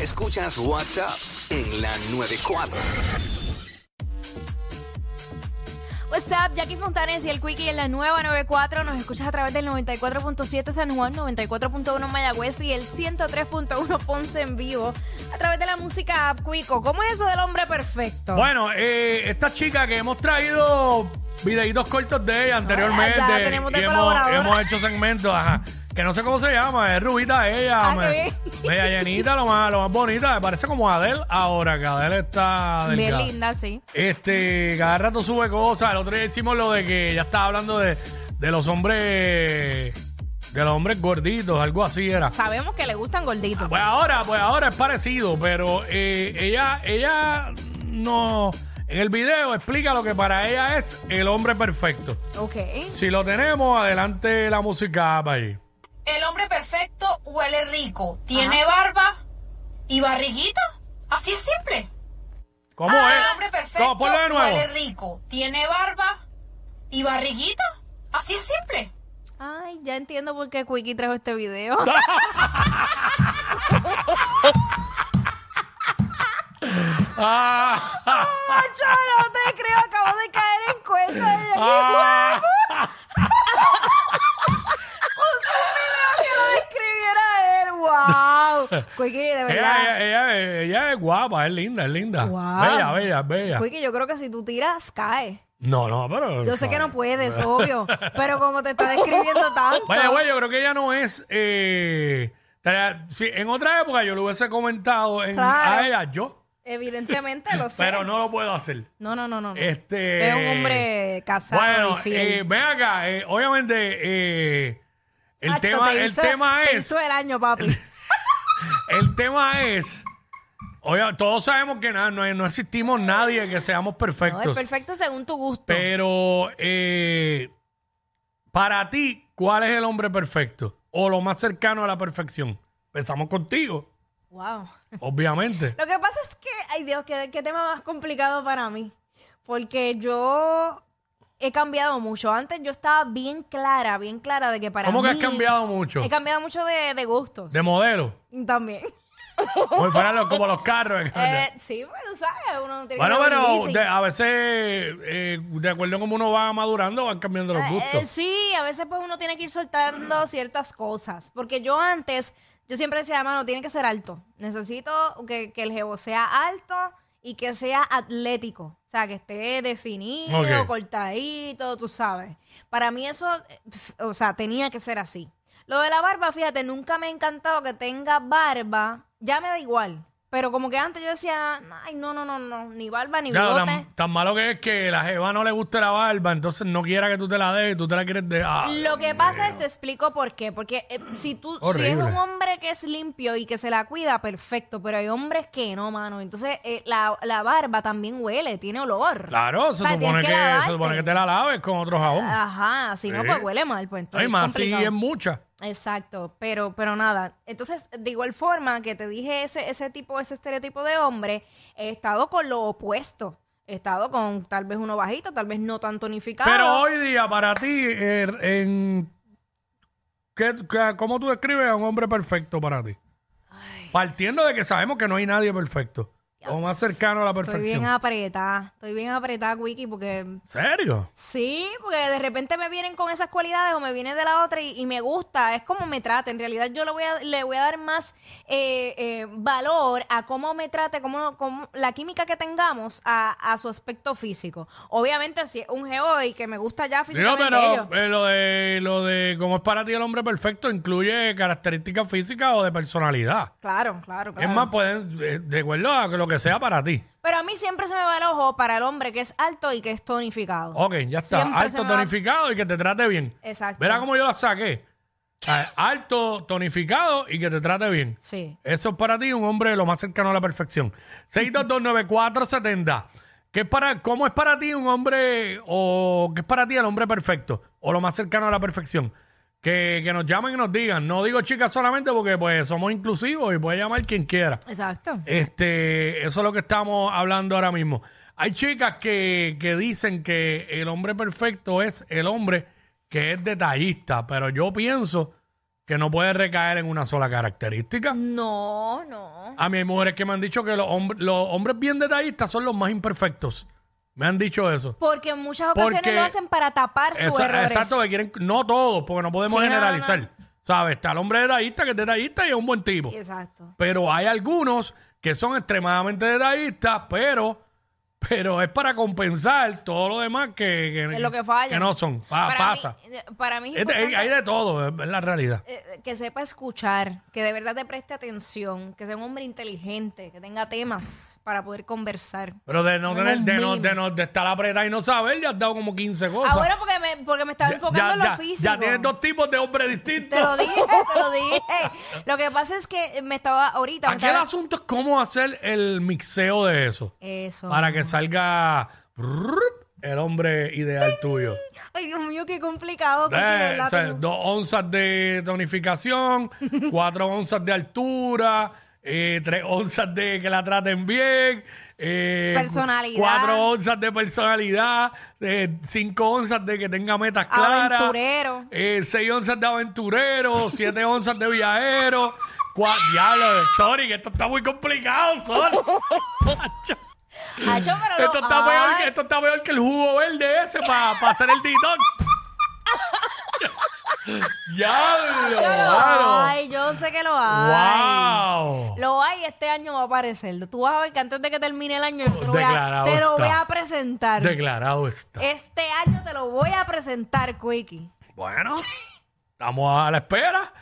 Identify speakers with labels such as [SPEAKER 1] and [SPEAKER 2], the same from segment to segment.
[SPEAKER 1] Escuchas WhatsApp en la 94.
[SPEAKER 2] What's up, Jackie Fontanes y el Quickie en la nueva 94. Nos escuchas a través del 94.7 San Juan, 94.1 Mayagüez y el 103.1 Ponce en vivo a través de la música app Quico. ¿Cómo es eso del hombre perfecto?
[SPEAKER 3] Bueno, eh, esta chica que hemos traído videitos cortos de ella anteriormente.
[SPEAKER 2] Ah, ya tenemos de
[SPEAKER 3] y hemos,
[SPEAKER 2] colaboradora.
[SPEAKER 3] hemos hecho segmentos, ajá. Que no sé cómo se llama, es rubita ella.
[SPEAKER 2] Ah, qué bien.
[SPEAKER 3] Bella llenita, lo más, lo más bonita. Me parece como Adele ahora, que Adele está
[SPEAKER 2] Bien
[SPEAKER 3] delgada.
[SPEAKER 2] linda, sí.
[SPEAKER 3] Este, cada rato sube cosas. El otro día hicimos lo de que ya estaba hablando de, de los hombres. De los hombres gorditos, algo así era.
[SPEAKER 2] Sabemos que le gustan gorditos.
[SPEAKER 3] Pues ahora, pues ahora es parecido, pero eh, ella, ella no. En el video explica lo que para ella es el hombre perfecto.
[SPEAKER 2] Ok.
[SPEAKER 3] Si lo tenemos, adelante la música para ahí.
[SPEAKER 4] El hombre perfecto huele rico, tiene barba y barriguita. Así es simple. Ah,
[SPEAKER 3] ¿Cómo
[SPEAKER 2] Ah,
[SPEAKER 4] El hombre
[SPEAKER 3] es?
[SPEAKER 4] perfecto
[SPEAKER 3] No, ponlo de
[SPEAKER 4] huele
[SPEAKER 3] nuevo.
[SPEAKER 4] rico, tiene barba y barriguita. Así es simple.
[SPEAKER 2] Ay, ya entiendo por qué Quickie trajo este video.
[SPEAKER 3] Ah,
[SPEAKER 2] Yo no te creo, acabo de caer en cuenta de Jackie
[SPEAKER 3] ah,
[SPEAKER 2] que lo describiera él. ¡Wow! Quickie, de verdad.
[SPEAKER 3] ella, ella- ella- ella es guapa, es linda, es linda.
[SPEAKER 2] Wow.
[SPEAKER 3] Bella, bella, bella.
[SPEAKER 2] Quickie, yo creo que si tú tiras, cae.
[SPEAKER 3] No, no, pero.
[SPEAKER 2] Yo sé que no puedes, obvio. Pero como te está describiendo tanto.
[SPEAKER 3] Vaya, güey, yo creo que ella no es. eh, tra- si en otra época yo le hubiese comentado en-
[SPEAKER 2] Claro.
[SPEAKER 3] a ella, yo,
[SPEAKER 2] Evidentemente lo sé.
[SPEAKER 3] pero no lo puedo hacer.
[SPEAKER 2] No, no, no, no. no.
[SPEAKER 3] Este.
[SPEAKER 2] Usted es un hombre casado
[SPEAKER 3] Bueno,
[SPEAKER 2] y fiel.
[SPEAKER 3] eh, ven acá, eh, obviamente, eh, el,
[SPEAKER 2] Nacho,
[SPEAKER 3] tema,
[SPEAKER 2] te
[SPEAKER 3] el
[SPEAKER 2] hizo-
[SPEAKER 3] tema
[SPEAKER 2] te
[SPEAKER 3] es.
[SPEAKER 2] hizo el año, papi.
[SPEAKER 3] El tema es. Oye, todos sabemos que na- no, no existimos nadie que seamos
[SPEAKER 2] No,
[SPEAKER 3] perfectos.
[SPEAKER 2] es perfecto según tu gusto.
[SPEAKER 3] Pero eh, para ti, ¿cuál es el hombre perfecto? O lo más cercano a la perfección. Pensamos contigo,
[SPEAKER 2] Wow.
[SPEAKER 3] obviamente.
[SPEAKER 2] Lo que pasa es que, ay Dios, qué, qué tema más complicado para mí. Porque yo he cambiado mucho. Antes yo estaba bien clara, bien clara de que para
[SPEAKER 3] ¿Cómo que has
[SPEAKER 2] mí-
[SPEAKER 3] cambiado mucho?
[SPEAKER 2] He cambiado mucho de, de gustos
[SPEAKER 3] De modelo.
[SPEAKER 2] también.
[SPEAKER 3] Como, si fueran los- como los carros.
[SPEAKER 2] Eh, sí, pues tú sabes, uno tiene
[SPEAKER 3] Ah, bueno,
[SPEAKER 2] que ser
[SPEAKER 3] pero
[SPEAKER 2] busy.
[SPEAKER 3] de- a veces, eh, de acuerdo a cómo uno va madurando, van cambiando los
[SPEAKER 2] Eh,
[SPEAKER 3] gustos.
[SPEAKER 2] sí, a veces pues uno tiene que ir soltando ciertas cosas. Porque yo antes, yo siempre decía, mano, tiene que ser alto. Necesito que, que el jevo sea alto y que sea atlético. O sea, que esté definido,
[SPEAKER 3] Ok.
[SPEAKER 2] cortadito, tú sabes. Para mí eso, eh, pf, o sea, tenía que ser así. Lo de la barba, fíjate, nunca me ha encantado que tenga barba. Ya me da igual. Pero como que antes yo decía, ay, no, no, no, no, ni barba ni
[SPEAKER 3] Claro,
[SPEAKER 2] bigote.
[SPEAKER 3] tan, tan malo que es que la jeva no le guste la barba, entonces no quiera que tú te la des y tú te la quieres de. ah,
[SPEAKER 2] Lo que pasa es, te explico por qué. Porque eh, si tú si es
[SPEAKER 3] Horrible.
[SPEAKER 2] un hombre que es limpio y que se la cuida, perfecto. Pero hay hombres que no, mano. Entonces, eh, la, la barba también huele, tiene olor.
[SPEAKER 3] Claro, se
[SPEAKER 2] O sea,
[SPEAKER 3] supone
[SPEAKER 2] tienes
[SPEAKER 3] que,
[SPEAKER 2] lavarte.
[SPEAKER 3] se supone que te la laves con otro jabón.
[SPEAKER 2] Ajá, si no,
[SPEAKER 3] Sí.
[SPEAKER 2] pues huele mal. Pues, entonces
[SPEAKER 3] Ay,
[SPEAKER 2] es
[SPEAKER 3] más si
[SPEAKER 2] complicado.
[SPEAKER 3] es mucha.
[SPEAKER 2] Exacto, pero, pero nada. Entonces, de igual forma que te dije ese, ese tipo, ese estereotipo de hombre, he estado con lo opuesto. He estado con tal vez uno bajito, tal vez no tan tonificado.
[SPEAKER 3] Pero hoy día, para ti, eh, en- ¿qué- qué- ¿cómo tú describes a un hombre perfecto para ti? Partiendo de que sabemos que no hay nadie perfecto. O más cercano a la
[SPEAKER 2] Estoy bien
[SPEAKER 3] perfección.
[SPEAKER 2] apretada, estoy bien apretada, Wiki, porque
[SPEAKER 3] ¿En serio?
[SPEAKER 2] Sí, porque de repente me vienen con esas cualidades o me viene de la otra y, y me gusta, es como me trata. En realidad yo le voy a, le voy a dar más eh, eh, valor a cómo me trate, cómo, cómo- la química que tengamos a, a su aspecto físico. Obviamente si es un geo y que me gusta ya
[SPEAKER 3] Digo,
[SPEAKER 2] físicamente bello.
[SPEAKER 3] pero eh, lo de lo de cómo es para ti el hombre perfecto incluye características físicas o de personalidad.
[SPEAKER 2] Claro, claro, claro.
[SPEAKER 3] Es más, pueden, eh, de acuerdo a lo que sea para ti.
[SPEAKER 2] Pero a mí siempre se me va el ojo para el hombre que es alto y que es tonificado.
[SPEAKER 3] Ok, ya está.
[SPEAKER 2] Siempre se
[SPEAKER 3] alto,
[SPEAKER 2] me va-
[SPEAKER 3] tonificado y que te trate bien.
[SPEAKER 2] Exacto.
[SPEAKER 3] Verá cómo yo la saqué. Ah, Alto, tonificado y que te trate bien.
[SPEAKER 2] Sí.
[SPEAKER 3] Eso es para ti un hombre lo más cercano a la perfección. 6229470. ¿Qué es para, ¿Cómo es para ti un hombre o qué es para ti el hombre perfecto o lo más cercano a la perfección? Que, que nos llamen y nos digan. No digo chicas solamente porque pues somos inclusivos y puede llamar quien quiera.
[SPEAKER 2] Exacto.
[SPEAKER 3] Este, eso es lo que estamos hablando ahora mismo. Hay chicas que, que dicen que el hombre perfecto es el hombre que es detallista, pero yo pienso que no puede recaer en una sola característica.
[SPEAKER 2] No, no.
[SPEAKER 3] A mí hay mujeres que me han dicho que los, hombres- los hombres bien detallistas son los más imperfectos. Me han dicho eso.
[SPEAKER 2] Porque en muchas ocasiones
[SPEAKER 3] Porque-
[SPEAKER 2] lo hacen para tapar sus
[SPEAKER 3] Esa-
[SPEAKER 2] errores.
[SPEAKER 3] exacto, que quieren, no todos, porque no podemos
[SPEAKER 2] Sí, no,
[SPEAKER 3] generalizar. ¿Sabes? Está el hombre detallista que es detallista y es un buen tipo.
[SPEAKER 2] Exacto.
[SPEAKER 3] Pero hay algunos que son extremadamente detallistas, pero, pero es para compensar todo lo demás que, que,
[SPEAKER 2] Es lo que falla.
[SPEAKER 3] que no son. Pa-
[SPEAKER 2] Para
[SPEAKER 3] pasa. Este,
[SPEAKER 2] mí- eh, para mí es
[SPEAKER 3] Es de- hay,
[SPEAKER 2] importante,
[SPEAKER 3] hay de todo, es, es la realidad.
[SPEAKER 2] eh, que sepa escuchar, que de verdad te preste atención, que sea un hombre inteligente, que tenga temas para poder conversar.
[SPEAKER 3] Pero de no
[SPEAKER 2] no
[SPEAKER 3] tener,
[SPEAKER 2] un
[SPEAKER 3] de no,
[SPEAKER 2] mimo.
[SPEAKER 3] de no- de estar apretada y no saber, ya has dado como 15 cosas.
[SPEAKER 2] Ahora porque me, porque me estaba enfocando en lo
[SPEAKER 3] ya,
[SPEAKER 2] físico.
[SPEAKER 3] ya tienes dos tipos de hombres distintos.
[SPEAKER 2] Te lo dije, te lo dije. Lo que pasa es que me estaba ahorita. me
[SPEAKER 3] Aquí el
[SPEAKER 2] estaba-
[SPEAKER 3] asunto es cómo hacer el mixeo de eso.
[SPEAKER 2] Eso.
[SPEAKER 3] Para que salga brrr, el hombre ideal tuyo.
[SPEAKER 2] Ay, Dios mío, qué complicado. porque de
[SPEAKER 3] Eh,
[SPEAKER 2] verdad
[SPEAKER 3] o sea,
[SPEAKER 2] tengo-
[SPEAKER 3] dos onzas de tonificación, cuatro onzas de altura, eh, tres onzas de que la traten bien, eh,
[SPEAKER 2] Personalidad.
[SPEAKER 3] cuatro onzas de personalidad, eh, cinco onzas de que tenga metas claras,
[SPEAKER 2] Aventurero.
[SPEAKER 3] eh, seis onzas de aventurero, siete onzas de viajero, cua- diablo, sorry, que esto está muy complicado, sorry. Macho.
[SPEAKER 2] Acho, pero no-
[SPEAKER 3] Esto está, peor,
[SPEAKER 2] ay.
[SPEAKER 3] que- esto está peor que el jugo verde ese para hacer el detox. ¡Diablo!
[SPEAKER 2] Ay, yo sé que lo hay.
[SPEAKER 3] ¡Wow!
[SPEAKER 2] Lo hay, este año va a aparecer. Tú vas a ver que antes de que termine el año, yo te lo voy a,
[SPEAKER 3] Declarado
[SPEAKER 2] te lo
[SPEAKER 3] está.
[SPEAKER 2] voy a presentar.
[SPEAKER 3] Declarado está.
[SPEAKER 2] Este año te lo voy a presentar, Quickie.
[SPEAKER 3] Bueno, estamos a la espera.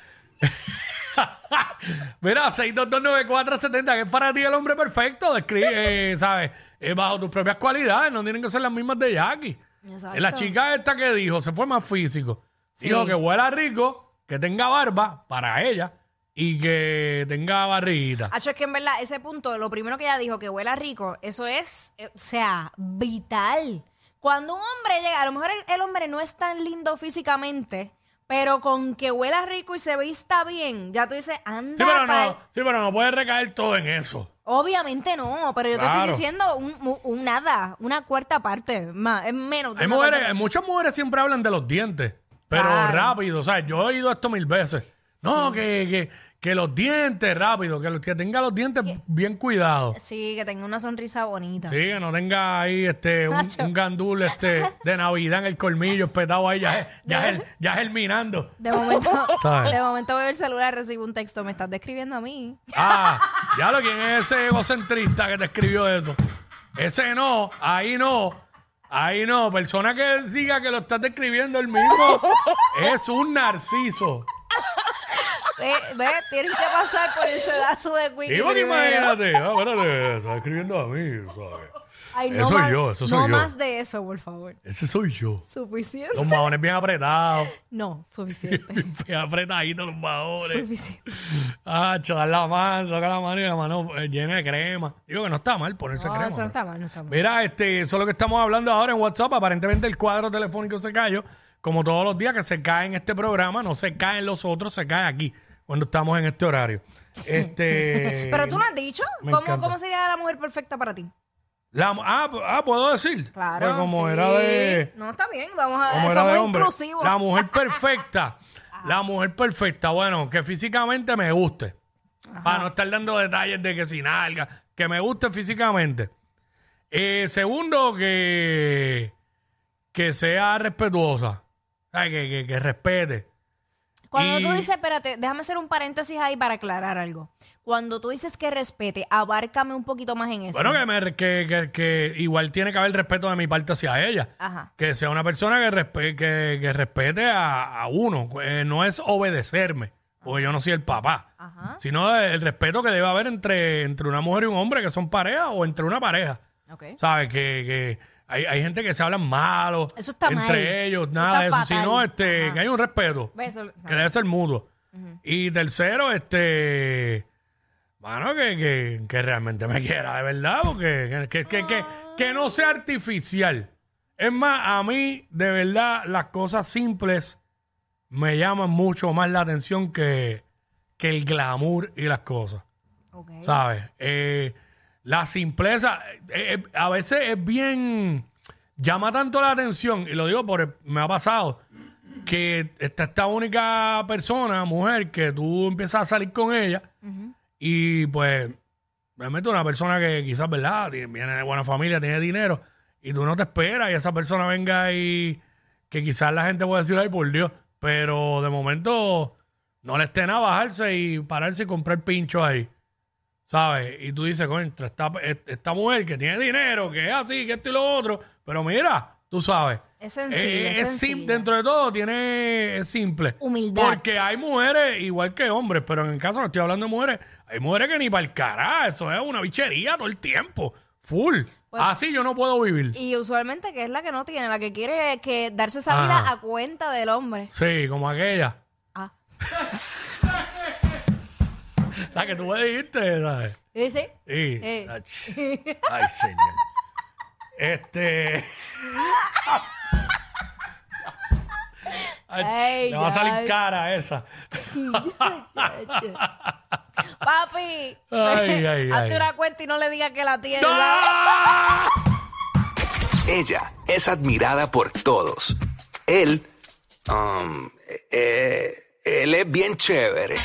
[SPEAKER 3] Mira, 6229470, que es para ti el hombre perfecto. Describe, eh, ¿sabes? Eh, bajo tus propias cualidades, no tienen que ser las mismas de Jackie.
[SPEAKER 2] Exacto.
[SPEAKER 3] La chica esta que dijo, se fue más físico.
[SPEAKER 2] Sí.
[SPEAKER 3] Dijo que huela rico, que tenga barba para ella y que tenga barriguita.
[SPEAKER 2] Acho, es que en verdad, ese punto, lo primero que ella dijo, que huela rico, eso es, eh, o sea, vital. Cuando un hombre llega, a lo mejor el, el hombre no es tan lindo físicamente, pero con que huela rico y se vista bien, ya tú dices, anda,
[SPEAKER 3] Sí pero,
[SPEAKER 2] pa'l-
[SPEAKER 3] no, sí, pero no puede recaer todo en eso.
[SPEAKER 2] Obviamente no, pero yo te estoy
[SPEAKER 3] Claro.
[SPEAKER 2] diciendo un, un- un nada, una cuarta parte, más, es menos. de
[SPEAKER 3] Hay
[SPEAKER 2] una
[SPEAKER 3] mujeres,
[SPEAKER 2] cuarta-
[SPEAKER 3] muchas mujeres siempre hablan de los dientes, pero
[SPEAKER 2] Claro.
[SPEAKER 3] rápido, ¿sabes? Yo he oído esto mil veces. No, que, que, que los dientes rápido, que, los- que tenga los dientes bien cuidados.
[SPEAKER 2] Sí, que tenga una sonrisa bonita.
[SPEAKER 3] Sí, que no tenga ahí este un,
[SPEAKER 2] Nacho.
[SPEAKER 3] un gandul este de Navidad en el colmillo espetado ahí, ya, ya, ya, ya germinando.
[SPEAKER 2] De momento,
[SPEAKER 3] ¿Sabes?
[SPEAKER 2] de momento veo el celular, recibo un texto, me estás describiendo a mí.
[SPEAKER 3] Ah, ya lo quién es ese egocentrista que te escribió eso. Ese no, ahí no, ahí no. Persona que diga que lo estás describiendo el mismo es un narciso.
[SPEAKER 2] Ve, ve, tienen que pasar por el sedazo de Quickie.
[SPEAKER 3] Y bueno,
[SPEAKER 2] primero.
[SPEAKER 3] imagínate, ah, espérate, está escribiendo a mí, ¿sabes?
[SPEAKER 2] Ay,
[SPEAKER 3] Eso soy
[SPEAKER 2] más-
[SPEAKER 3] yo, eso
[SPEAKER 2] No
[SPEAKER 3] soy yo.
[SPEAKER 2] más de eso, por favor.
[SPEAKER 3] Ese soy yo.
[SPEAKER 2] Suficiente.
[SPEAKER 3] Los maones bien apretados,
[SPEAKER 2] No, suficiente.
[SPEAKER 3] bien apretaditos los maones.
[SPEAKER 2] suficiente.
[SPEAKER 3] Ah, dar la mano, toca la mano y la mano eh, llena de crema. Digo que no está mal ponerse
[SPEAKER 2] No,
[SPEAKER 3] crema.
[SPEAKER 2] eso no
[SPEAKER 3] pero-
[SPEAKER 2] está mal, no está mal.
[SPEAKER 3] Mira, este, eso es lo que estamos hablando ahora en WhatsApp. Aparentemente el cuadro telefónico se cayó. Como todos los días que se cae en este programa, no se caen los otros, se cae aquí cuando estamos en este horario. Este,
[SPEAKER 2] Pero tú no has dicho
[SPEAKER 3] me
[SPEAKER 2] cómo,
[SPEAKER 3] encanta.
[SPEAKER 2] cómo sería la mujer perfecta para ti.
[SPEAKER 3] La- ah, ah, puedo decir.
[SPEAKER 2] Claro.
[SPEAKER 3] Porque Pues como
[SPEAKER 2] sí.
[SPEAKER 3] era de.
[SPEAKER 2] No, está bien, vamos a
[SPEAKER 3] como era
[SPEAKER 2] somos
[SPEAKER 3] de hombre.
[SPEAKER 2] inclusivos.
[SPEAKER 3] La mujer perfecta. la mujer perfecta, bueno, que físicamente me guste. Para no estar dando detalles de que si nalga. Que me guste físicamente. Eh, segundo, que, que sea respetuosa. Ay, que, que- que respete.
[SPEAKER 2] Cuando tú
[SPEAKER 3] Y-
[SPEAKER 2] dices, espérate, déjame hacer un paréntesis ahí para aclarar algo. Cuando tú dices que respete, abárcame un poquito más en eso.
[SPEAKER 3] Bueno, que, me- que- que- que igual tiene que haber respeto de mi parte hacia ella.
[SPEAKER 2] Ajá.
[SPEAKER 3] Que sea una persona que, respe- que, que respete a, a uno. Eh, no es obedecerme, porque yo no soy el papá.
[SPEAKER 2] Ajá.
[SPEAKER 3] Sino el respeto que debe haber entre, entre una mujer y un hombre que son pareja o entre una pareja.
[SPEAKER 2] Ok.
[SPEAKER 3] ¿Sabes? Que, que hay, hay gente que se hablan malo
[SPEAKER 2] Eso está
[SPEAKER 3] entre
[SPEAKER 2] mal.
[SPEAKER 3] ellos,
[SPEAKER 2] Eso
[SPEAKER 3] nada de eso.
[SPEAKER 2] está fatal.
[SPEAKER 3] Sino este,
[SPEAKER 2] Ajá.
[SPEAKER 3] que hay un respeto
[SPEAKER 2] Ve, eso-
[SPEAKER 3] que debe ser mutuo. Y tercero, este. Bueno, que, que- que realmente me quiera, de verdad, porque que, que- que- que no sea artificial. Es más, a mí, de verdad, las cosas simples me llaman mucho más la atención que, que el glamour y las cosas.
[SPEAKER 2] Ah, Ok.
[SPEAKER 3] ¿Sabes? Eh, la simpleza eh, eh, a veces es bien. llama tanto la atención, y lo digo porque me ha pasado, que está esta única persona, mujer, que tú empiezas a salir con ella y pues realmente una persona que quizás, ¿verdad? Tiene- Viene de buena familia, tiene dinero y tú no te esperas y esa persona venga y que quizás la gente pueda decir, ay, por Dios, pero de momento no le estén a bajarse y pararse y comprar pinchos ahí. ¿Sabes? Y tú dices, contra esta, e-, esta mujer que tiene dinero, que es así, que esto y lo otro, pero mira, tú sabes.
[SPEAKER 2] Es sencillo,
[SPEAKER 3] Eh,
[SPEAKER 2] es
[SPEAKER 3] es sim-
[SPEAKER 2] sencillo.
[SPEAKER 3] dentro de todo tiene es simple.
[SPEAKER 2] Humildad.
[SPEAKER 3] Porque hay mujeres igual que hombres, pero en el caso no estoy hablando de mujeres, hay mujeres que ni para el carajo, eso es una bichería todo el tiempo, full.
[SPEAKER 2] Pues-
[SPEAKER 3] Así yo no puedo vivir.
[SPEAKER 2] Y usualmente que es la que no tiene, la que quiere que darse esa vida
[SPEAKER 3] Ajá.
[SPEAKER 2] a cuenta del hombre.
[SPEAKER 3] Sí, como aquella.
[SPEAKER 2] Ah.
[SPEAKER 3] La que tú me dijiste, ¿sabes?
[SPEAKER 2] Sí, sí.
[SPEAKER 3] Sí.
[SPEAKER 2] Eh.
[SPEAKER 3] Ach. Ay, señor. É Este. Ach,
[SPEAKER 2] Ay,
[SPEAKER 3] le va a
[SPEAKER 2] ay.
[SPEAKER 3] salir cara é esa.
[SPEAKER 2] Papi,
[SPEAKER 3] Ay, ay,
[SPEAKER 2] hazte
[SPEAKER 3] ay.
[SPEAKER 2] una cuenta y no le digas que la tiene. ¿sabes?
[SPEAKER 3] ¡Ah!
[SPEAKER 1] Ella es admirada por todos. Él, um, eh, él es bien chévere.